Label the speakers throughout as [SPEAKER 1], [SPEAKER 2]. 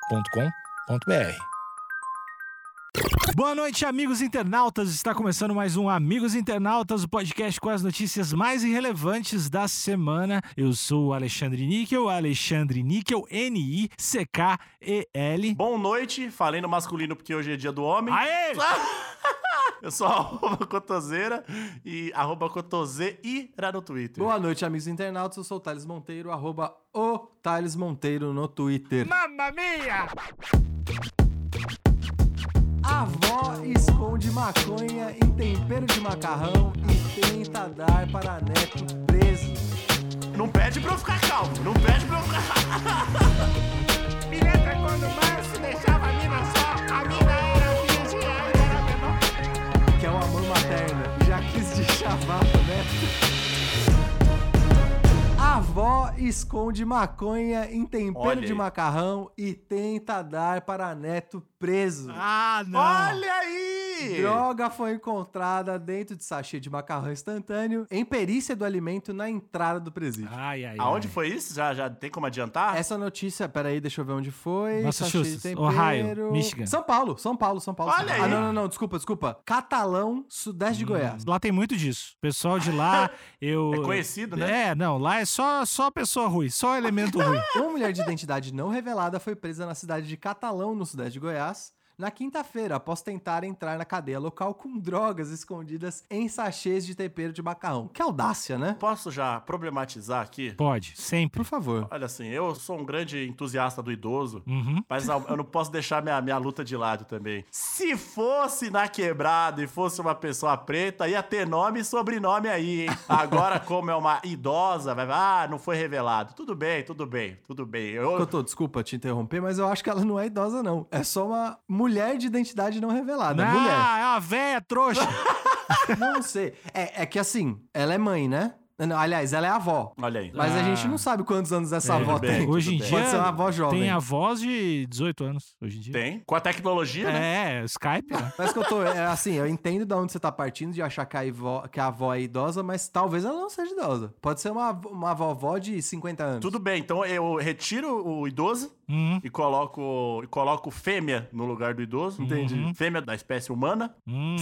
[SPEAKER 1] agenciadepodcast.com.br.
[SPEAKER 2] Boa noite, amigos internautas. Está começando mais um Amigos Internautas, o podcast com as notícias mais irrelevantes da semana. Eu sou o Alexandre Níquel, Alexandre Níquel, N-I-C-K-E-L.
[SPEAKER 3] Boa noite, falei no masculino porque hoje é dia do homem.
[SPEAKER 2] Aê!
[SPEAKER 3] Eu sou arroba cotoseira e arroba cotoseira no Twitter.
[SPEAKER 4] Boa noite, amigos internautas. Eu sou o Thales Monteiro, arroba o Thales Monteiro no Twitter.
[SPEAKER 2] Mamma mia!
[SPEAKER 4] Avó esconde maconha em tempero de macarrão e tenta dar para neto preso.
[SPEAKER 3] Não pede pra eu ficar calmo, não pede pra eu ficar...
[SPEAKER 5] Pileta quando o Márcio deixava a mina só, a mina era virgem, ainda era menor.
[SPEAKER 4] Que é o amor materno. Já quis de chavar pro neto. Avó esconde maconha em tempero
[SPEAKER 3] Olha
[SPEAKER 4] de
[SPEAKER 3] aí.
[SPEAKER 4] macarrão e tenta dar para neto preso.
[SPEAKER 2] Ah, não!
[SPEAKER 3] Olha aí!
[SPEAKER 4] Droga foi encontrada dentro de sachê de macarrão instantâneo em perícia do alimento na entrada do presídio.
[SPEAKER 2] Ai, ai,
[SPEAKER 3] Aonde
[SPEAKER 2] ai.
[SPEAKER 3] foi isso? Já, já tem como adiantar?
[SPEAKER 4] Essa notícia, peraí, deixa eu ver onde foi.
[SPEAKER 2] Massachusetts,
[SPEAKER 4] Sachê de
[SPEAKER 2] Ohio, Michigan.
[SPEAKER 4] São Paulo, São Paulo, São Paulo.
[SPEAKER 3] Olha
[SPEAKER 4] São Paulo. Ah,
[SPEAKER 3] aí.
[SPEAKER 4] não, não, não, desculpa, desculpa. Catalão, sudeste
[SPEAKER 2] Hum.
[SPEAKER 4] de Goiás.
[SPEAKER 2] Lá tem muito disso. O pessoal de lá, eu...
[SPEAKER 3] É conhecido, né?
[SPEAKER 2] É, não. Lá é só, só pessoa ruim, só elemento ruim.
[SPEAKER 4] Uma mulher de identidade não revelada foi presa na cidade de Catalão, no sudeste de Goiás, na quinta-feira, após tentar entrar na cadeia local com drogas escondidas em sachês de tempero de macarrão. Que audácia, né?
[SPEAKER 3] Posso já problematizar aqui?
[SPEAKER 2] Pode, sempre.
[SPEAKER 4] Por favor.
[SPEAKER 3] Olha assim, eu sou um grande entusiasta do idoso,
[SPEAKER 2] Uhum.
[SPEAKER 3] mas não, eu não posso deixar minha, minha luta de lado também. Se fosse na quebrada e fosse uma pessoa preta, ia ter nome e sobrenome aí, hein? Agora, como é uma idosa, vai, ah, não foi revelado. Tudo bem, tudo bem, tudo bem. Eu,
[SPEAKER 4] Cotô, desculpa te interromper, mas eu acho que ela não é idosa, não. É só uma mulher de identidade não revelada. Mulher.
[SPEAKER 2] Ah, é uma véia trouxa.
[SPEAKER 4] Não sei. É, é que assim, ela é mãe, né? Não, aliás, ela é avó.
[SPEAKER 3] olha aí.
[SPEAKER 4] Mas
[SPEAKER 2] Ah.
[SPEAKER 4] a gente não sabe quantos anos essa
[SPEAKER 3] É,
[SPEAKER 4] avó
[SPEAKER 3] tudo bem.
[SPEAKER 4] tem.
[SPEAKER 2] hoje em
[SPEAKER 3] bem.
[SPEAKER 2] dia
[SPEAKER 4] Pode ser uma avó jovem.
[SPEAKER 2] tem a voz de 18 anos, hoje em dia.
[SPEAKER 3] Tem. Com a tecnologia, né?
[SPEAKER 2] É, Skype, né?
[SPEAKER 4] Mas que eu tô, é, assim, eu entendo de onde você tá partindo de achar que a, ivó- que a avó é idosa, mas talvez ela não seja idosa. Pode ser uma, uma vovó de 50 anos.
[SPEAKER 3] Tudo bem, então eu retiro o idoso
[SPEAKER 2] Hum,
[SPEAKER 3] e coloco, e coloco fêmea no lugar do idoso. Entendi. Fêmea da espécie humana.
[SPEAKER 2] hum,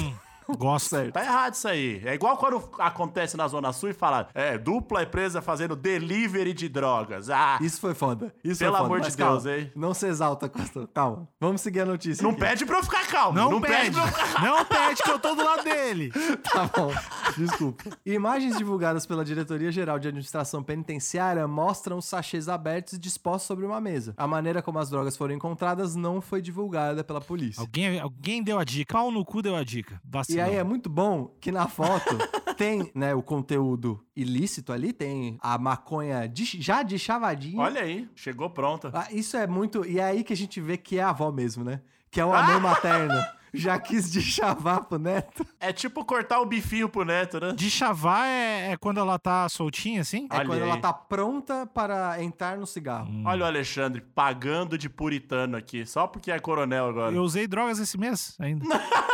[SPEAKER 2] gosto.
[SPEAKER 4] Certo.
[SPEAKER 3] Tá errado isso aí. É igual quando acontece na Zona Sul e fala, é, dupla empresa fazendo delivery de drogas. Ah,
[SPEAKER 4] Isso foi foda. Isso
[SPEAKER 3] Pelo
[SPEAKER 4] foi foda.
[SPEAKER 3] amor de
[SPEAKER 4] Mas calma,
[SPEAKER 3] Deus, hein?
[SPEAKER 4] Não se exalta, Costa. Calma. Vamos seguir a notícia.
[SPEAKER 3] não
[SPEAKER 4] aqui.
[SPEAKER 3] pede pra eu ficar calmo.
[SPEAKER 2] Não, pede,
[SPEAKER 3] pra eu ficar-
[SPEAKER 2] não pede que eu tô do lado dele.
[SPEAKER 4] Tá bom, desculpa. Imagens divulgadas pela Diretoria Geral de Administração Penitenciária mostram sachês abertos e dispostos sobre uma mesa. A maneira como as drogas foram encontradas não foi divulgada pela polícia.
[SPEAKER 2] Alguém, alguém deu a dica, pau no cu deu a dica.
[SPEAKER 4] E
[SPEAKER 2] Vacilão.
[SPEAKER 4] aí é muito bom que na foto tem, né, o conteúdo ilícito ali, tem a maconha de- já de chavadinha.
[SPEAKER 3] Olha aí, chegou pronta.
[SPEAKER 4] Ah, Isso é muito. E é aí que a gente vê que é a avó mesmo, né? Que é o amor materno. Já quis de chavar pro neto.
[SPEAKER 3] É tipo cortar o bifinho pro neto, né?
[SPEAKER 2] De chavar é, é quando ela tá soltinha, assim?
[SPEAKER 4] É
[SPEAKER 3] Olha
[SPEAKER 4] quando
[SPEAKER 3] aí. Hum.
[SPEAKER 4] ela tá pronta para entrar no cigarro.
[SPEAKER 3] Olha o Alexandre pagando de puritano aqui, só porque é coronel agora.
[SPEAKER 2] Eu usei drogas esse mês ainda.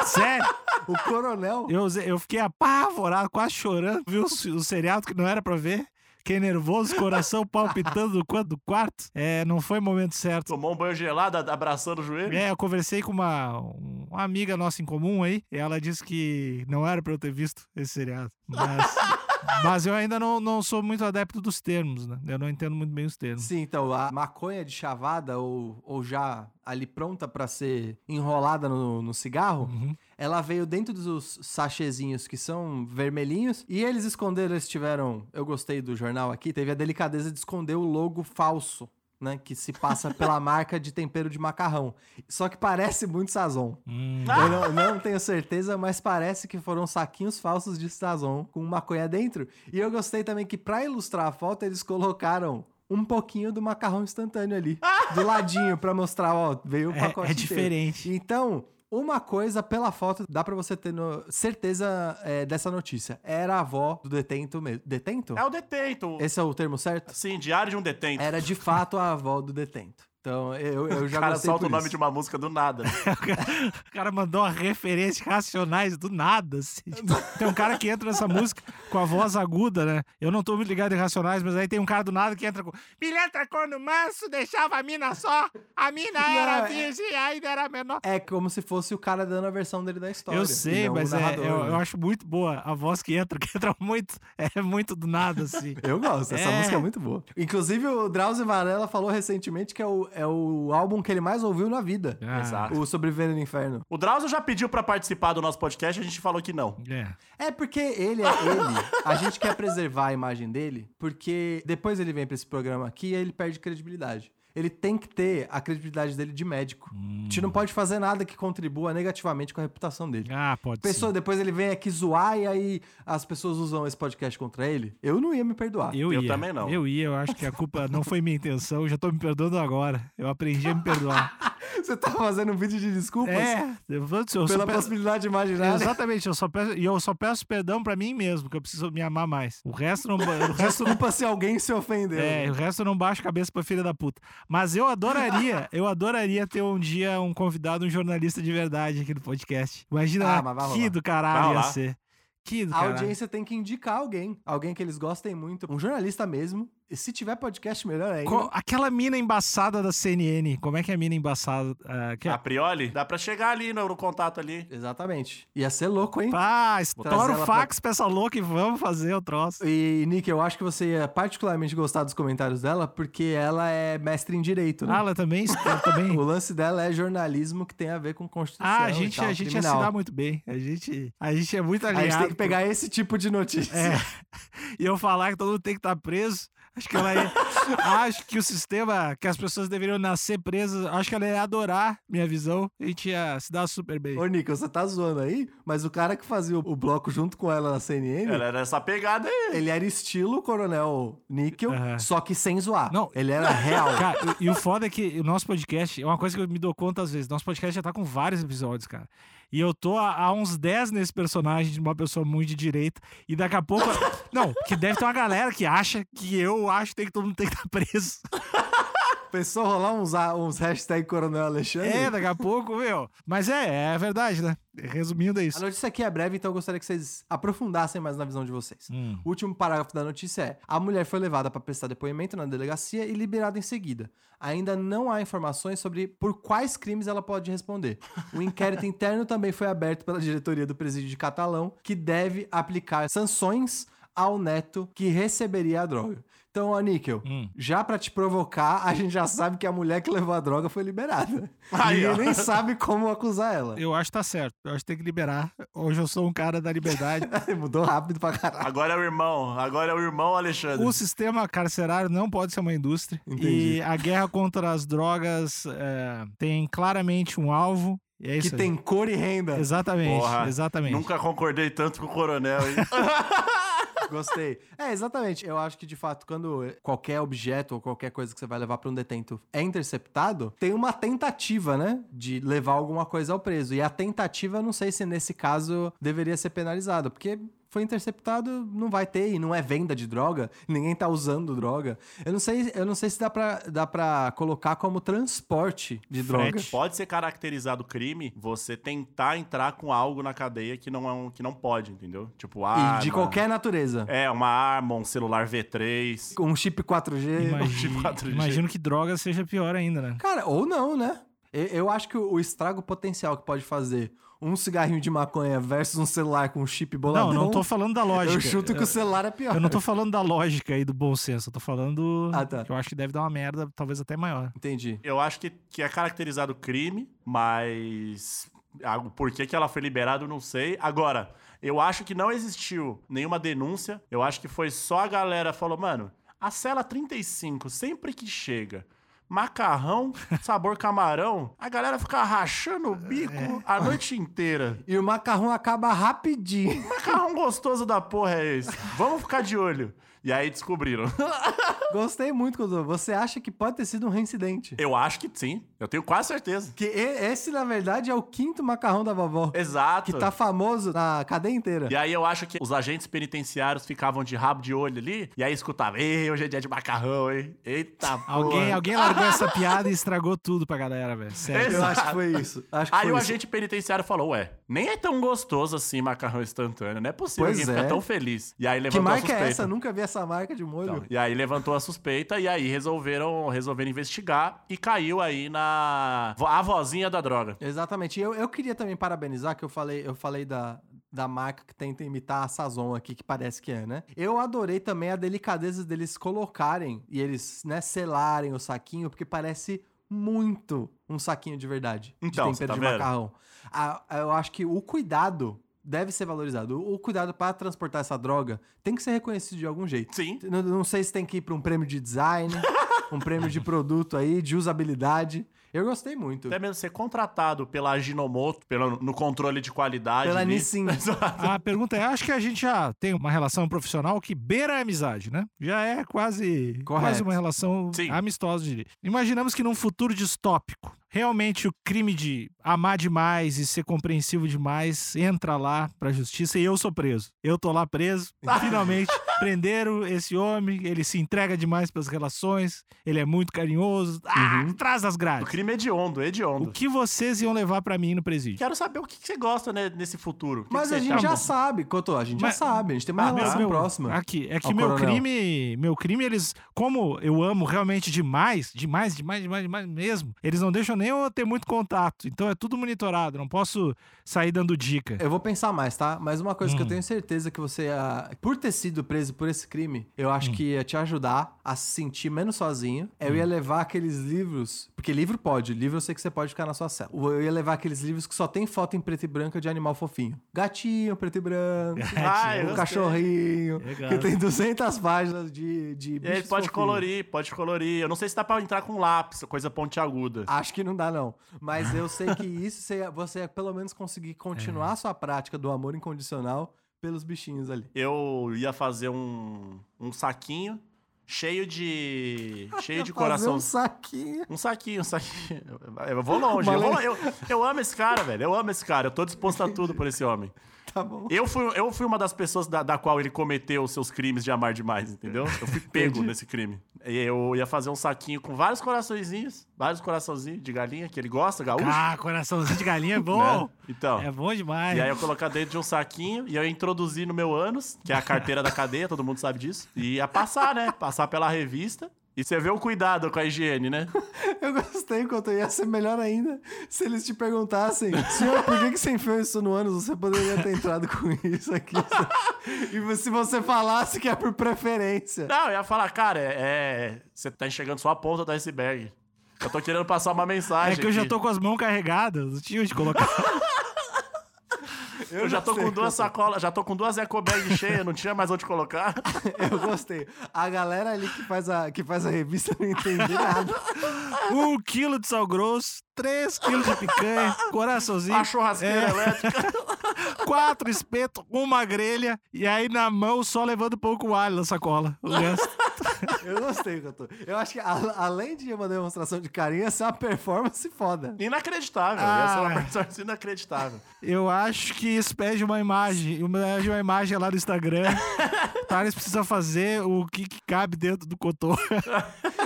[SPEAKER 2] Sério?
[SPEAKER 4] O coronel.
[SPEAKER 2] Eu, usei- eu fiquei apavorado, quase chorando. Vi o, o seriado que não era pra ver. Fiquei nervoso, coração palpitando do quanto do quarto. É, não foi momento certo.
[SPEAKER 3] Tomou um banho gelado, a- abraçando o joelho.
[SPEAKER 2] É, eu conversei com uma, uma amiga nossa em comum aí, e ela disse que não era pra eu ter visto esse seriado. Mas, mas eu ainda não, não sou muito adepto dos termos, né? Eu não entendo muito bem os termos.
[SPEAKER 4] Sim, então, a maconha de chavada ou, ou já ali pronta pra ser enrolada no, no cigarro,
[SPEAKER 2] Uhum.
[SPEAKER 4] ela veio dentro dos sachezinhos que são vermelhinhos e eles esconderam, eles tiveram, eu gostei do jornal aqui, teve a delicadeza de esconder o logo falso, né, que se passa pela marca de tempero de macarrão. Só que parece muito Sazon.
[SPEAKER 2] Hum.
[SPEAKER 4] Eu não, não tenho certeza, mas parece que foram saquinhos falsos de Sazon com maconha dentro. E eu gostei também que, pra ilustrar a foto, eles colocaram um pouquinho do macarrão instantâneo ali. Do ladinho, pra mostrar, ó, veio o
[SPEAKER 2] É-
[SPEAKER 4] pacote.
[SPEAKER 2] é
[SPEAKER 4] inteiro.
[SPEAKER 2] diferente.
[SPEAKER 4] Então. Uma coisa, pela foto, dá pra você ter no- certeza é, dessa notícia. Era a avó do detento mesmo. Detento?
[SPEAKER 3] É o detento.
[SPEAKER 4] Esse é o termo certo?
[SPEAKER 3] Sim, diário de um detento.
[SPEAKER 4] Era de fato a avó do detento. Então, eu, eu já
[SPEAKER 3] O cara
[SPEAKER 4] gostei
[SPEAKER 3] solta o
[SPEAKER 4] por
[SPEAKER 3] nome
[SPEAKER 4] isso.
[SPEAKER 3] de uma música do nada.
[SPEAKER 2] O cara mandou uma referência racionais do nada. assim. Tipo, tem um cara que entra nessa música com a voz aguda, né? Eu não tô muito ligado em racionais, mas aí tem um cara do nada que entra com. Milhetra quando manso deixava a mina só. A mina era
[SPEAKER 4] Não, é-
[SPEAKER 2] virgem e ainda era menor.
[SPEAKER 4] É como se fosse o cara dando a versão dele da história.
[SPEAKER 2] Eu
[SPEAKER 4] e
[SPEAKER 2] sei,
[SPEAKER 4] não o
[SPEAKER 2] mas é-
[SPEAKER 4] narrador,
[SPEAKER 2] eu,
[SPEAKER 4] né?
[SPEAKER 2] eu acho muito boa a voz que entra, que entra muito, é muito do nada, assim.
[SPEAKER 4] Eu gosto, essa
[SPEAKER 2] É.
[SPEAKER 4] música é muito boa. Inclusive, o Drauzio Varela falou recentemente que é o, é o álbum que ele mais ouviu na vida.
[SPEAKER 2] Ah,
[SPEAKER 3] Exato.
[SPEAKER 4] O Sobrevivendo no Inferno.
[SPEAKER 3] O Drauzio já pediu pra participar do nosso podcast, a gente falou que não.
[SPEAKER 2] É.
[SPEAKER 4] É porque ele é ele. A gente quer preservar a imagem dele, porque depois ele vem pra esse programa aqui e ele perde credibilidade. Ele tem que ter a credibilidade dele de médico. A gente
[SPEAKER 2] Hum.
[SPEAKER 4] não pode fazer nada que contribua negativamente com a reputação dele.
[SPEAKER 2] Ah, pode
[SPEAKER 4] Pessoa, depois ele vem aqui zoar e aí as pessoas usam esse podcast contra ele. Eu não ia me perdoar.
[SPEAKER 2] ser. Eu,
[SPEAKER 3] Eu
[SPEAKER 2] ia.
[SPEAKER 3] também não.
[SPEAKER 2] Eu ia, eu acho que a culpa não foi minha intenção, eu já tô me perdoando agora. Eu aprendi a me perdoar.
[SPEAKER 4] Você tá fazendo um vídeo de desculpas
[SPEAKER 2] é, eu, vou- eu sou
[SPEAKER 4] pela
[SPEAKER 2] pe-
[SPEAKER 4] possibilidade né? imaginária.
[SPEAKER 2] Exatamente, eu só peço, e eu só peço perdão pra mim mesmo, que eu preciso me amar mais. O resto não, o resto
[SPEAKER 4] Desculpa se alguém se ofendeu.
[SPEAKER 2] É, o resto eu não baixo a cabeça pra filha da puta. Mas eu adoraria, eu adoraria ter um dia um convidado, um jornalista de verdade aqui do podcast. Imagina
[SPEAKER 4] Ah, mas vai
[SPEAKER 2] que
[SPEAKER 4] rolar.
[SPEAKER 2] do
[SPEAKER 3] Vai
[SPEAKER 2] caralho ia
[SPEAKER 3] rolar.
[SPEAKER 2] ser. Que do
[SPEAKER 4] A
[SPEAKER 2] caralho.
[SPEAKER 4] audiência tem que indicar alguém. Alguém que eles gostem muito. Um jornalista mesmo. E se tiver podcast, melhor ainda.
[SPEAKER 2] Co- aquela mina embaçada da CNN, como é que é a mina embaçada? ah, que é-
[SPEAKER 3] A priori, dá pra chegar ali no, no contato ali.
[SPEAKER 4] Exatamente. Ia ser louco, hein?
[SPEAKER 2] Ah,
[SPEAKER 4] trazer
[SPEAKER 2] estoura
[SPEAKER 4] ela
[SPEAKER 2] o fax pra essa louca e vamos fazer o troço.
[SPEAKER 4] E, Nick, eu acho que você ia particularmente gostar dos comentários dela, porque ela é mestre em direito,
[SPEAKER 2] Ah,
[SPEAKER 4] né?
[SPEAKER 2] ela também? Ela também?
[SPEAKER 4] o lance dela é jornalismo que tem a ver com Constituição.
[SPEAKER 2] Ah, a
[SPEAKER 4] e
[SPEAKER 2] gente,
[SPEAKER 4] tal,
[SPEAKER 2] a gente ia se
[SPEAKER 4] criminal.
[SPEAKER 2] dar muito bem. A gente, a gente é muito
[SPEAKER 4] A
[SPEAKER 2] alinhado.
[SPEAKER 4] gente tem que pegar esse tipo de notícia.
[SPEAKER 2] É. E eu falar que todo mundo tem que estar preso. Acho que ela ia... acho que o sistema, que as pessoas deveriam nascer presas, acho que ela ia adorar minha visão. A gente ia se dar super bem.
[SPEAKER 4] Ô, Nico, você tá zoando aí, mas o cara que fazia o bloco junto com ela na CNN,
[SPEAKER 3] Ela era essa pegada aí.
[SPEAKER 4] ele era estilo Coronel Níquel,
[SPEAKER 2] Aham.
[SPEAKER 4] só que sem zoar.
[SPEAKER 2] Não.
[SPEAKER 4] Ele era real.
[SPEAKER 2] Cara, e, e o foda é que o nosso podcast, é uma coisa que eu me dou conta às vezes, nosso podcast já tá com vários episódios, cara. E eu tô há, há uns 10 nesse personagem de uma pessoa muito de direita, e daqui a pouco. não, que deve ter uma galera que acha que eu acho que, tem que todo mundo tem que estar preso.
[SPEAKER 4] Pensou rolar uns, a- uns hashtag Coronel Alexandre?
[SPEAKER 2] É, daqui a pouco, meu. Mas é, é verdade, né? Resumindo, é
[SPEAKER 4] A
[SPEAKER 2] isso.
[SPEAKER 4] notícia aqui é breve, então eu gostaria que vocês aprofundassem mais na visão de vocês.
[SPEAKER 2] Hum.
[SPEAKER 4] O último parágrafo da notícia é: a mulher foi levada para prestar depoimento na delegacia e liberada em seguida. Ainda não há informações sobre por quais crimes ela pode responder. O inquérito interno também foi aberto pela diretoria do presídio de Catalão, que deve aplicar sanções ao neto que receberia a droga. Então, ó, Níquel,
[SPEAKER 2] Hum.
[SPEAKER 4] já pra te provocar, a gente já sabe que a mulher que levou a droga foi liberada.
[SPEAKER 3] Aí,
[SPEAKER 4] Ninguém
[SPEAKER 3] ó.
[SPEAKER 4] nem sabe como acusar ela.
[SPEAKER 2] Eu acho que tá certo. Eu acho que tem que liberar. Hoje eu sou um cara da liberdade.
[SPEAKER 4] Mudou rápido pra caralho.
[SPEAKER 3] Agora é o irmão, agora é o irmão Alexandre.
[SPEAKER 2] o sistema carcerário não pode ser uma indústria.
[SPEAKER 4] Entendi.
[SPEAKER 2] E a guerra contra as drogas é, tem claramente um alvo. E é
[SPEAKER 4] Que
[SPEAKER 2] isso aí.
[SPEAKER 4] tem cor e renda.
[SPEAKER 2] Exatamente,
[SPEAKER 3] Porra,
[SPEAKER 2] exatamente.
[SPEAKER 3] Nunca concordei tanto com o coronel, hein?
[SPEAKER 4] Gostei. É, exatamente. Eu acho que, de fato, quando qualquer objeto ou qualquer coisa que você vai levar pra um detento é interceptado, tem uma tentativa, né? De levar alguma coisa ao preso. E a tentativa, eu não sei se nesse caso deveria ser penalizada, porque. Foi interceptado, não vai ter, e não é venda de droga, ninguém tá usando droga. Eu não sei, eu não sei se dá pra, dá pra colocar como transporte de droga.
[SPEAKER 2] Frete.
[SPEAKER 3] pode ser caracterizado crime você tentar entrar com algo na cadeia que não, é um, que não pode, entendeu? Tipo, arma.
[SPEAKER 4] E de qualquer natureza.
[SPEAKER 3] É, uma arma, um celular V3.
[SPEAKER 4] Um chip 4G.
[SPEAKER 2] Imagi-
[SPEAKER 3] de 4G.
[SPEAKER 2] imagino que droga seja pior ainda, né?
[SPEAKER 4] Cara, ou não, né? E- Eu acho que o estrago potencial que pode fazer um cigarrinho de maconha versus um celular com chip boladão...
[SPEAKER 2] Não, não tô falando da lógica.
[SPEAKER 4] Eu chuto que o celular é pior.
[SPEAKER 2] Eu não tô falando da lógica aí do bom senso. Eu tô falando
[SPEAKER 4] Ah, tá.
[SPEAKER 2] que eu acho que deve dar uma merda, talvez até maior.
[SPEAKER 4] Entendi.
[SPEAKER 3] Eu acho que, que é caracterizado crime, mas. ah, O porquê que ela foi liberada, eu não sei. Agora, eu acho que não existiu nenhuma denúncia. Eu acho que foi só a galera falou, mano, a cela 35, sempre que chega. Macarrão, sabor camarão, a galera fica rachando o bico a noite inteira.
[SPEAKER 4] E o macarrão acaba rapidinho.
[SPEAKER 3] Macarrão gostoso da porra é esse? Vamos ficar de olho. E aí descobriram.
[SPEAKER 4] Gostei muito, Codô. Você acha que pode ter sido um reincidente?
[SPEAKER 3] Eu acho que sim. Eu tenho quase certeza.
[SPEAKER 4] Que e- esse, na verdade, é o quinto macarrão da vovó.
[SPEAKER 3] Exato.
[SPEAKER 4] Que tá famoso na cadeia inteira.
[SPEAKER 3] E aí eu acho que os agentes penitenciários ficavam de rabo de olho ali, e aí escutava, ei, hoje é dia de macarrão, hein? Eita,
[SPEAKER 2] Alguém,
[SPEAKER 3] porra."
[SPEAKER 2] alguém largou essa piada e estragou tudo pra galera, velho. Sério.
[SPEAKER 4] Eu acho que foi isso. Acho que
[SPEAKER 3] Aí
[SPEAKER 4] foi
[SPEAKER 3] o
[SPEAKER 4] isso.
[SPEAKER 3] agente penitenciário falou, ué, nem é tão gostoso assim macarrão instantâneo, não é possível
[SPEAKER 4] Pois
[SPEAKER 3] alguém ficar
[SPEAKER 4] é.
[SPEAKER 3] tão feliz. E aí
[SPEAKER 4] Que
[SPEAKER 3] levantou
[SPEAKER 4] marca
[SPEAKER 3] a suspeita.
[SPEAKER 4] é essa? Eu Nunca vi essa marca de molho.
[SPEAKER 3] Então, e aí levantou a suspeita e aí resolveram, resolveram investigar e caiu aí na vo- a vozinha da droga.
[SPEAKER 4] Exatamente. E Eu, eu queria também parabenizar, que eu falei, eu falei da, da marca que tenta imitar a Sazon aqui, que parece que é, né? Eu adorei também a delicadeza deles colocarem e eles, né, selarem o saquinho, porque parece muito um saquinho de verdade.
[SPEAKER 3] Então,
[SPEAKER 4] de
[SPEAKER 3] você
[SPEAKER 4] tempero
[SPEAKER 3] tá
[SPEAKER 4] de
[SPEAKER 3] vendo?
[SPEAKER 4] macarrão. Ah, eu acho que o cuidado deve ser valorizado. O, o cuidado para transportar essa droga tem que ser reconhecido de algum jeito.
[SPEAKER 3] Sim.
[SPEAKER 4] Não, não sei se tem que ir pra um prêmio de design, um prêmio de produto aí, de usabilidade. Eu gostei muito.
[SPEAKER 3] Até mesmo ser contratado pela Ginomoto, pelo, no controle de qualidade.
[SPEAKER 4] Pela
[SPEAKER 3] ali.
[SPEAKER 4] Nissin.
[SPEAKER 2] A pergunta é: acho que a gente já tem uma relação profissional que beira a amizade, né? Já é quase,
[SPEAKER 4] Correto.
[SPEAKER 2] quase uma relação
[SPEAKER 3] Sim.
[SPEAKER 2] amistosa, diria. Imaginamos que num futuro distópico, realmente o crime de amar demais e ser compreensivo demais entra lá pra justiça e eu sou preso. Eu tô lá preso, finalmente prenderam esse homem, ele se entrega demais pras relações, ele é muito carinhoso. Ah, traz das
[SPEAKER 3] O
[SPEAKER 2] grades.
[SPEAKER 3] crime hediondo,
[SPEAKER 2] O
[SPEAKER 3] hediondo.
[SPEAKER 2] que vocês iam levar pra mim no presídio?
[SPEAKER 3] Quero saber o que que você gosta né, nesse futuro. O que
[SPEAKER 4] Mas
[SPEAKER 3] que
[SPEAKER 4] a
[SPEAKER 3] você
[SPEAKER 4] gente já
[SPEAKER 3] tá-
[SPEAKER 4] sabe, Cotô, a gente
[SPEAKER 2] Mas-
[SPEAKER 4] já sabe, a gente tem uma
[SPEAKER 2] Ah,
[SPEAKER 4] relação
[SPEAKER 2] meu-
[SPEAKER 4] próxima.
[SPEAKER 2] Aqui, é que
[SPEAKER 4] Ó,
[SPEAKER 2] meu
[SPEAKER 4] coronel.
[SPEAKER 2] crime, meu crime, eles, como eu amo realmente demais, demais, demais, demais, demais mesmo, eles não deixam nem eu ter muito contato. Então é tudo monitorado, não posso sair dando dica.
[SPEAKER 4] Eu vou pensar mais, tá? Mas uma coisa que eu
[SPEAKER 2] Hum.
[SPEAKER 4] tenho certeza que você, ah, por ter sido preso por esse crime, eu acho que ia te ajudar a se sentir menos sozinho. Eu ia levar aqueles livros, porque livro pode, livro eu sei que você pode ficar na sua cela. Eu ia levar aqueles livros que só tem foto em preto e branco de animal fofinho. Gatinho, preto e branco,
[SPEAKER 3] Ah, eu
[SPEAKER 4] um
[SPEAKER 3] gostei.
[SPEAKER 4] cachorrinho,
[SPEAKER 2] Legal.
[SPEAKER 4] que tem 200 páginas de, de
[SPEAKER 3] E aí
[SPEAKER 4] bichos
[SPEAKER 3] É, pode
[SPEAKER 4] fofinhos.
[SPEAKER 3] colorir, pode colorir. Eu não sei se dá pra entrar com lápis, coisa pontiaguda.
[SPEAKER 4] Acho que não dá, não. Mas eu sei que isso você, ia- você ia pelo menos conseguir continuar a sua prática do amor incondicional pelos bichinhos ali.
[SPEAKER 3] Eu ia fazer um, um saquinho cheio de. cheio de
[SPEAKER 4] Ia fazer
[SPEAKER 3] coração.
[SPEAKER 4] Um saquinho.
[SPEAKER 3] Um saquinho, um saquinho. Eu vou longe. Eu, vou, lo- eu, eu amo esse cara, velho. Eu amo esse cara. Eu tô disposto a tudo por esse homem.
[SPEAKER 4] Tá bom.
[SPEAKER 3] Eu fui, eu fui uma das pessoas da, da qual ele cometeu os seus crimes de amar demais, entendeu? Eu fui pego nesse crime. E eu ia fazer um saquinho com vários coraçõezinhos, vários coraçãozinhos de galinha que ele gosta, gaúcho.
[SPEAKER 2] Ah, coraçãozinho de galinha é bom.
[SPEAKER 3] né? Então.
[SPEAKER 2] É bom demais.
[SPEAKER 3] E aí eu colocar dentro de um saquinho e eu introduzir no meu ânus, que é a carteira da cadeia, todo mundo sabe disso. E ia passar, né? Passar pela revista. E você vê o cuidado com a higiene, né?
[SPEAKER 4] Eu gostei quanto ia ser melhor ainda se eles te perguntassem, senhor, por que, que você enfiou isso no ânus? Você poderia ter entrado com isso aqui. E se você falasse que é por preferência.
[SPEAKER 3] Não, eu ia falar, cara, é, é- você tá enxergando só a ponta do iceberg. Eu tô querendo passar uma mensagem.
[SPEAKER 2] é que eu já
[SPEAKER 3] aqui.
[SPEAKER 2] tô com as mãos carregadas, não tinha onde colocar.
[SPEAKER 3] Eu já tô
[SPEAKER 4] sei
[SPEAKER 3] com duas
[SPEAKER 4] quanto-
[SPEAKER 3] sacolas, já tô com duas ecobags cheias, não tinha mais onde colocar.
[SPEAKER 4] Eu gostei. A galera ali que faz a, que faz a revista não entende nada.
[SPEAKER 2] um quilo de sal grosso, três quilos de picanha, coraçãozinho,
[SPEAKER 3] A churrasqueira
[SPEAKER 2] É.
[SPEAKER 3] elétrica.
[SPEAKER 2] quatro espetos, uma grelha, e aí na mão só levando pouco alho na sacola. O resto.
[SPEAKER 4] Eu gostei, Cotô. Eu acho que a- além de uma demonstração de carinho, essa é uma performance foda.
[SPEAKER 3] Inacreditável.
[SPEAKER 2] Ah.
[SPEAKER 3] Ia ser uma
[SPEAKER 4] é.
[SPEAKER 3] performance inacreditável.
[SPEAKER 2] Eu acho que isso pede uma imagem. Uma, uma imagem lá no Instagram. Thales precisa fazer o que, que cabe dentro do cotô.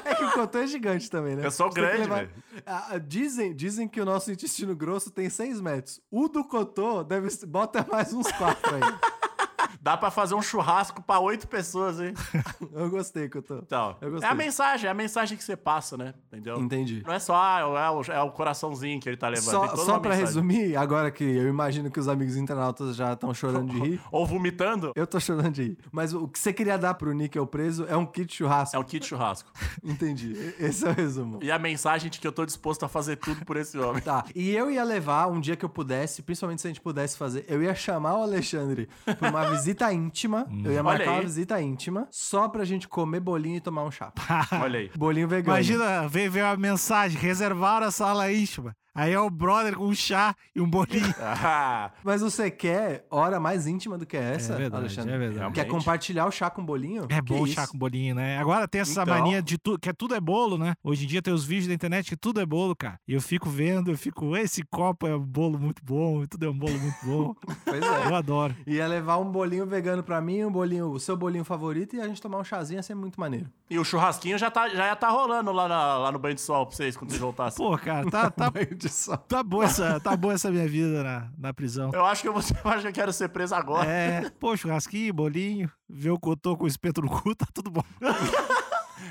[SPEAKER 4] É que o Cotô é gigante também, né?
[SPEAKER 3] Eu sou
[SPEAKER 4] Você tem que
[SPEAKER 3] grande,
[SPEAKER 4] levar-
[SPEAKER 3] velho.
[SPEAKER 4] Ah, ah, dizem, dizem que o nosso intestino grosso tem 6 metros. O do Cotô deve... ser- Bota mais uns 4 aí.
[SPEAKER 3] Dá pra fazer um churrasco pra oito pessoas, hein?
[SPEAKER 4] Eu gostei, Cotô.
[SPEAKER 3] Então,
[SPEAKER 4] Eu
[SPEAKER 3] é
[SPEAKER 4] gostei.
[SPEAKER 3] a mensagem, é a mensagem que você passa, né? Entendeu?
[SPEAKER 4] Entendi.
[SPEAKER 3] Não é só, ah, é o, é o coraçãozinho que ele tá levando. tem
[SPEAKER 4] Só,
[SPEAKER 3] toda
[SPEAKER 4] só
[SPEAKER 3] uma
[SPEAKER 4] pra
[SPEAKER 3] mensagem.
[SPEAKER 4] resumir, agora que eu imagino que os amigos internautas já estão chorando de rir,
[SPEAKER 3] Ou vomitando,
[SPEAKER 4] eu tô chorando de rir. Mas o que você queria dar pro Níquel preso é um kit churrasco.
[SPEAKER 3] é um kit churrasco.
[SPEAKER 4] Entendi. Esse é o resumo.
[SPEAKER 3] E a mensagem de que eu tô disposto a fazer tudo por esse homem.
[SPEAKER 4] Tá, e eu ia levar um dia que eu pudesse, principalmente se a gente pudesse fazer, eu ia chamar o Alexandre pra uma visita íntima. Eu
[SPEAKER 2] Hum.
[SPEAKER 4] ia marcar
[SPEAKER 3] Olha aí.
[SPEAKER 4] uma visita íntima só pra gente comer bolinho e tomar um chá.
[SPEAKER 3] Olha aí.
[SPEAKER 4] Bolinho vegano.
[SPEAKER 2] Imagina, veio, veio a mensagem: reservar a sala íntima. Aí é o brother com um chá e um bolinho.
[SPEAKER 3] Ah,
[SPEAKER 4] Mas você quer hora mais íntima do que essa,
[SPEAKER 2] É verdade,
[SPEAKER 4] Alexandre?
[SPEAKER 2] é verdade.
[SPEAKER 4] Quer
[SPEAKER 3] Realmente.
[SPEAKER 4] compartilhar o chá com bolinho?
[SPEAKER 2] É bom
[SPEAKER 4] que
[SPEAKER 2] chá
[SPEAKER 4] isso?
[SPEAKER 2] com bolinho, né? Agora tem essa
[SPEAKER 3] Então.
[SPEAKER 2] mania de tudo, que é tudo é bolo, né? Hoje em dia tem os vídeos da internet que tudo é bolo, cara. E eu fico vendo, eu fico, esse copo é um bolo muito bom, tudo é um bolo muito bom.
[SPEAKER 4] Pois é.
[SPEAKER 2] eu adoro.
[SPEAKER 4] Ia levar um bolinho vegano pra mim, um bolinho, o seu bolinho favorito, e a gente tomar um chazinho ia ser muito maneiro.
[SPEAKER 3] e o churrasquinho já, tá, já ia tá rolando lá, na- lá no banho de sol pra vocês quando vocês voltassem.
[SPEAKER 2] Pô, cara, tá, tá,
[SPEAKER 4] Banho de sol.
[SPEAKER 2] tá, boa, essa, tá boa essa minha vida na, na prisão.
[SPEAKER 3] Eu acho que eu, vou, eu acho que eu quero ser preso agora.
[SPEAKER 2] É, pô, churrasquinho, bolinho, ver o cotô com o espeto no cu, tá tudo bom.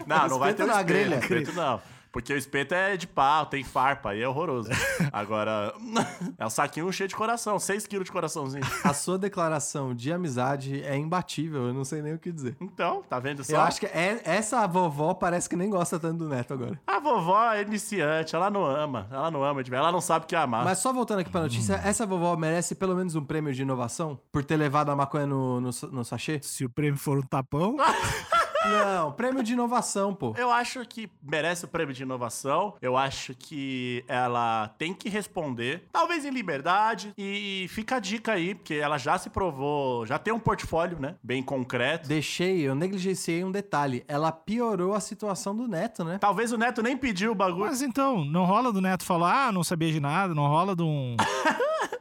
[SPEAKER 3] Não, não vai ter
[SPEAKER 4] Espeto
[SPEAKER 3] o
[SPEAKER 4] na
[SPEAKER 3] espeto,
[SPEAKER 4] grelha.
[SPEAKER 3] espeto não. Porque o espeto é de pau, tem farpa, aí é horroroso. Agora, é um saquinho cheio de coração, 6 quilos de coraçãozinho.
[SPEAKER 4] A sua declaração de amizade é imbatível, eu não sei nem o que dizer.
[SPEAKER 3] Então, tá vendo só?
[SPEAKER 4] Eu acho que é- essa vovó parece que nem gosta tanto do neto agora.
[SPEAKER 3] A vovó é iniciante, ela não ama. Ela não ama de verdade, ela não sabe o que é amar.
[SPEAKER 4] Mas só voltando aqui pra notícia, essa vovó merece pelo menos um prêmio de inovação por ter levado a maconha no, no, sa- no sachê?
[SPEAKER 2] Se o prêmio for um tapão,
[SPEAKER 4] Não, prêmio de inovação, pô.
[SPEAKER 3] Eu acho que merece o prêmio de inovação. Eu acho que ela tem que responder, talvez em liberdade. E fica a dica aí, porque ela já se provou, já tem um portfólio, né? Bem concreto.
[SPEAKER 4] Deixei, eu negligenciei um detalhe. Ela piorou a situação do neto, né?
[SPEAKER 3] Talvez o Neto nem pediu o bagulho.
[SPEAKER 2] mas então, não rola do Neto falar, ah, não sabia de nada, não rola de um...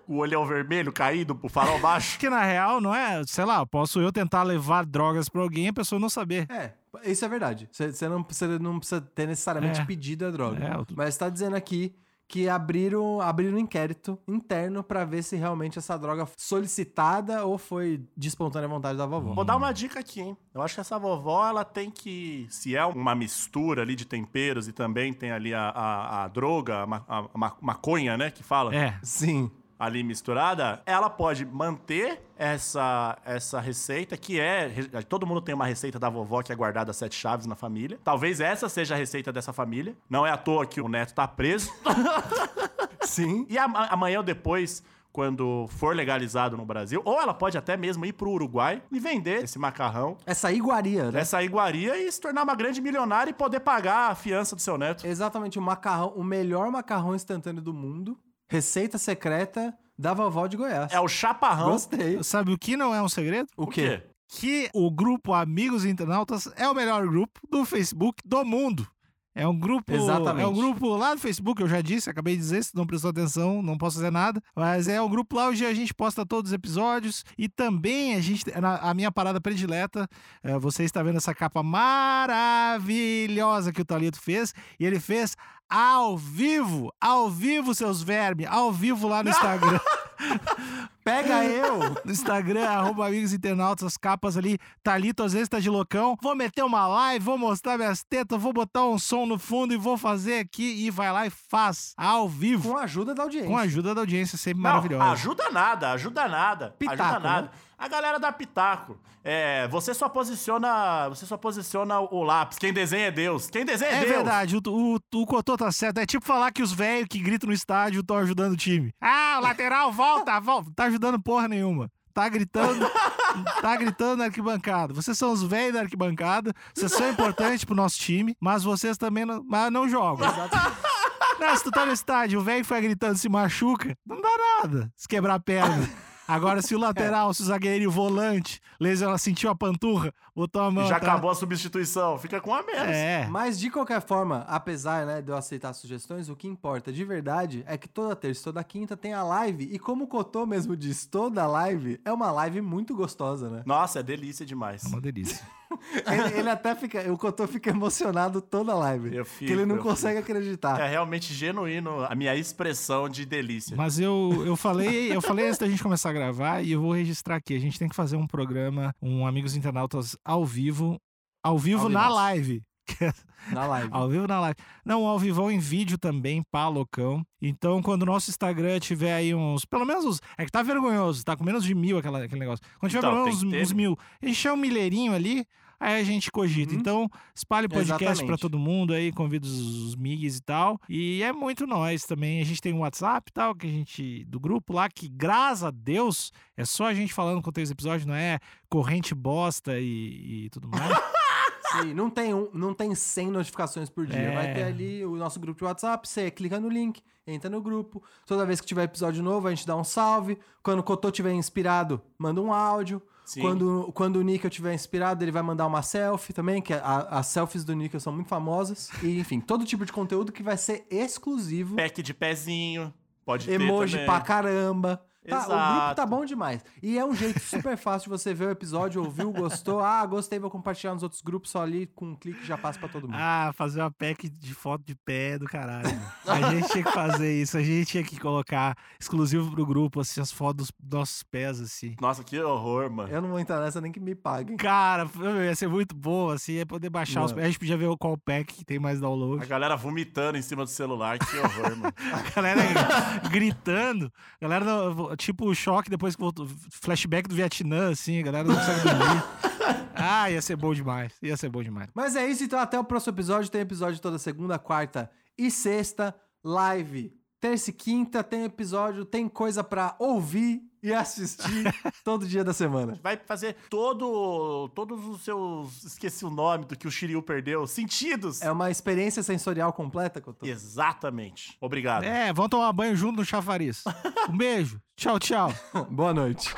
[SPEAKER 3] O olhão vermelho caído pro farol baixo.
[SPEAKER 2] Que na real, não é, sei lá, posso eu tentar levar drogas pra alguém e a pessoa não saber.
[SPEAKER 4] É, isso é verdade. Você não, precisa- não precisa ter necessariamente
[SPEAKER 2] É.
[SPEAKER 4] pedido a droga.
[SPEAKER 2] É, eu-
[SPEAKER 4] Mas tá dizendo aqui que abriram, abriram um inquérito interno pra ver se realmente essa droga foi solicitada ou foi de espontânea vontade da vovó.
[SPEAKER 3] Vou dar uma dica aqui, hein? Eu acho que essa vovó, ela tem que. Se é uma mistura ali de temperos e também tem ali a, a, a droga, a, ma- a ma- maconha, né? Que fala.
[SPEAKER 2] É,
[SPEAKER 4] Sim.
[SPEAKER 3] ali misturada, ela pode manter essa, essa receita, que é. re- Todo mundo tem uma receita da vovó que é guardada às sete chaves na família. Talvez essa seja a receita dessa família. Não é à toa que o neto tá preso.
[SPEAKER 4] Sim.
[SPEAKER 3] e ama- amanhã ou depois. Quando for legalizado no Brasil, ou ela pode até mesmo ir pro Uruguai e vender esse macarrão,
[SPEAKER 4] Essa iguaria, né?
[SPEAKER 3] essa iguaria e se tornar uma grande milionária e poder pagar a fiança do seu neto.
[SPEAKER 4] Exatamente, o macarrão, o melhor macarrão instantâneo do mundo. Receita secreta da vovó de Goiás.
[SPEAKER 3] É o chaparrão.
[SPEAKER 4] Gostei.
[SPEAKER 2] sabe o que não é um segredo?
[SPEAKER 4] O quê?
[SPEAKER 2] Que o grupo Amigos Internautas é o melhor grupo do Facebook do mundo. É um grupo,
[SPEAKER 4] Exatamente.
[SPEAKER 2] é um grupo lá do Facebook, eu já disse, acabei de dizer, se não prestou atenção, não posso fazer nada, mas é um grupo lá onde a gente posta todos os episódios e também a gente na- a minha parada predileta, eh, você está vendo essa capa maravilhosa que o Talito fez, e ele fez ao vivo, ao vivo seus vermes, ao vivo lá no Instagram.
[SPEAKER 4] Pega eu!
[SPEAKER 2] no Instagram, arroba amigos internautas, as capas ali. Talito às vezes tá de loucão. Vou meter uma live, vou mostrar minhas tetas, vou botar um som no fundo e vou fazer aqui. E vai lá e faz, ao vivo.
[SPEAKER 4] Com a ajuda da audiência.
[SPEAKER 2] Com a ajuda da audiência, sempre
[SPEAKER 3] Não,
[SPEAKER 2] maravilhosa.
[SPEAKER 3] Ajuda nada, ajuda nada.
[SPEAKER 4] Pitaco,
[SPEAKER 3] ajuda nada.
[SPEAKER 4] né?
[SPEAKER 3] A galera dá pitaco. É, você só posiciona, você só posiciona o lápis. Quem desenha é Deus. Quem desenha é,
[SPEAKER 2] É
[SPEAKER 3] Deus.
[SPEAKER 2] verdade, o, o, o Cotô tá certo. É tipo falar que os velhos que gritam no estádio estão ajudando o time. Ah, o lateral, volta, volta. Tá ajudando porra nenhuma. Tá gritando, tá gritando na arquibancada. Vocês são os velhos da arquibancada, vocês são importantes pro nosso time, mas vocês também não, mas não jogam. Não, se tu tá no estádio, o velho que foi gritando se machuca, não dá nada se quebrar a perna. Agora, se o lateral, se o zagueiro e o volante, ela sentiu a panturra, botou a mão.
[SPEAKER 3] Já
[SPEAKER 2] tá?
[SPEAKER 3] acabou a substituição. Fica com a menos.
[SPEAKER 2] É.
[SPEAKER 4] Mas de qualquer forma, apesar né, de eu aceitar sugestões, o que importa de verdade é que toda terça e toda quinta tem a live. E como o Cotô mesmo diz, toda live é uma live muito gostosa, né?
[SPEAKER 3] Nossa, é delícia demais.
[SPEAKER 2] É uma delícia.
[SPEAKER 4] Ele, ele até fica. O Cotô fica emocionado toda live.
[SPEAKER 3] Eu
[SPEAKER 4] que ele
[SPEAKER 3] fico,
[SPEAKER 4] não
[SPEAKER 3] eu
[SPEAKER 4] consegue acreditar.
[SPEAKER 3] É realmente genuíno a minha expressão de delícia.
[SPEAKER 2] Mas eu, eu falei, eu falei antes da gente começar a gravar e eu vou registrar aqui. A gente tem que fazer um programa, um Amigos Internautas ao vivo. Ao vivo
[SPEAKER 4] Ao
[SPEAKER 2] na
[SPEAKER 4] vivaço.
[SPEAKER 2] live.
[SPEAKER 4] Na live.
[SPEAKER 2] Ao vivo na live. Não, ao vivão em vídeo também, pá, loucão. Então, quando o nosso Instagram tiver aí uns. Pelo menos. uns- É que tá vergonhoso, tá com menos de mil aquela, aquele negócio. Quando tiver
[SPEAKER 3] Então,
[SPEAKER 2] pelo
[SPEAKER 3] tem
[SPEAKER 2] menos
[SPEAKER 3] que
[SPEAKER 2] uns,
[SPEAKER 3] ter.
[SPEAKER 2] uns mil, encher um milheirinho ali. Aí a gente cogita.
[SPEAKER 4] Uhum.
[SPEAKER 2] Então, espalhe o podcast
[SPEAKER 4] Exatamente.
[SPEAKER 2] pra todo mundo aí, convida os, os migs e tal. E é muito nós também. A gente tem um WhatsApp e tal, que a gente. do grupo lá, que graças a Deus é só a gente falando com os episódios, não é corrente bosta e, e tudo mais.
[SPEAKER 4] E não tem, um, não tem 100 notificações por dia.
[SPEAKER 2] É.
[SPEAKER 4] Vai ter ali o nosso grupo de WhatsApp, você clica no link, entra no grupo. Toda vez que tiver episódio novo, a gente dá um salve. Quando o Cotô tiver inspirado, manda um áudio.
[SPEAKER 3] Sim.
[SPEAKER 4] Quando, quando o Nickel tiver inspirado, ele vai mandar uma selfie também, que a- as selfies do Nickel são muito famosas. E, enfim, todo tipo de conteúdo que vai ser exclusivo.
[SPEAKER 3] Pack de pezinho. Pode
[SPEAKER 4] Emoji
[SPEAKER 3] ter.
[SPEAKER 4] pra
[SPEAKER 3] também.
[SPEAKER 4] caramba. Tá, o grupo
[SPEAKER 3] Exato.
[SPEAKER 4] tá bom demais. E é um jeito super fácil de você ver o episódio, ouviu, gostou. Ah, gostei, vou compartilhar nos outros grupos, só ali com um clique já passa pra todo mundo.
[SPEAKER 2] Ah, fazer uma pack de foto de pé do caralho. né? A gente tinha que fazer isso, a gente tinha que colocar exclusivo pro grupo, assim, as fotos dos nossos pés, assim.
[SPEAKER 3] Nossa, que horror, mano.
[SPEAKER 4] Eu não vou entrar nessa nem que me paguem.
[SPEAKER 2] Cara, meu, ia ser muito bom, assim, ia poder baixar os
[SPEAKER 4] Não.
[SPEAKER 2] pés. A gente podia ver qual pack que tem mais download.
[SPEAKER 3] A galera vomitando em cima do celular, que horror, mano.
[SPEAKER 2] A galera gritando. A galera, no- tipo, o choque depois que voltou. Flashback do Vietnã, assim, a galera não consegue dormir. Ah, ia ser bom demais. Ia ser bom demais.
[SPEAKER 4] Mas é isso, então até o próximo episódio. Tem episódio toda segunda, quarta e sexta. Live terça e quinta. Tem episódio, tem coisa pra ouvir e assistir todo dia da semana.
[SPEAKER 3] Vai fazer todo, todos os seus. Esqueci o nome do que o Shiryu perdeu. Sentidos!
[SPEAKER 4] É uma experiência sensorial completa que eu tô.
[SPEAKER 3] Exatamente. Obrigado.
[SPEAKER 2] É, vão tomar banho junto no chafariz. Um beijo. Tchau, tchau.
[SPEAKER 4] Boa noite.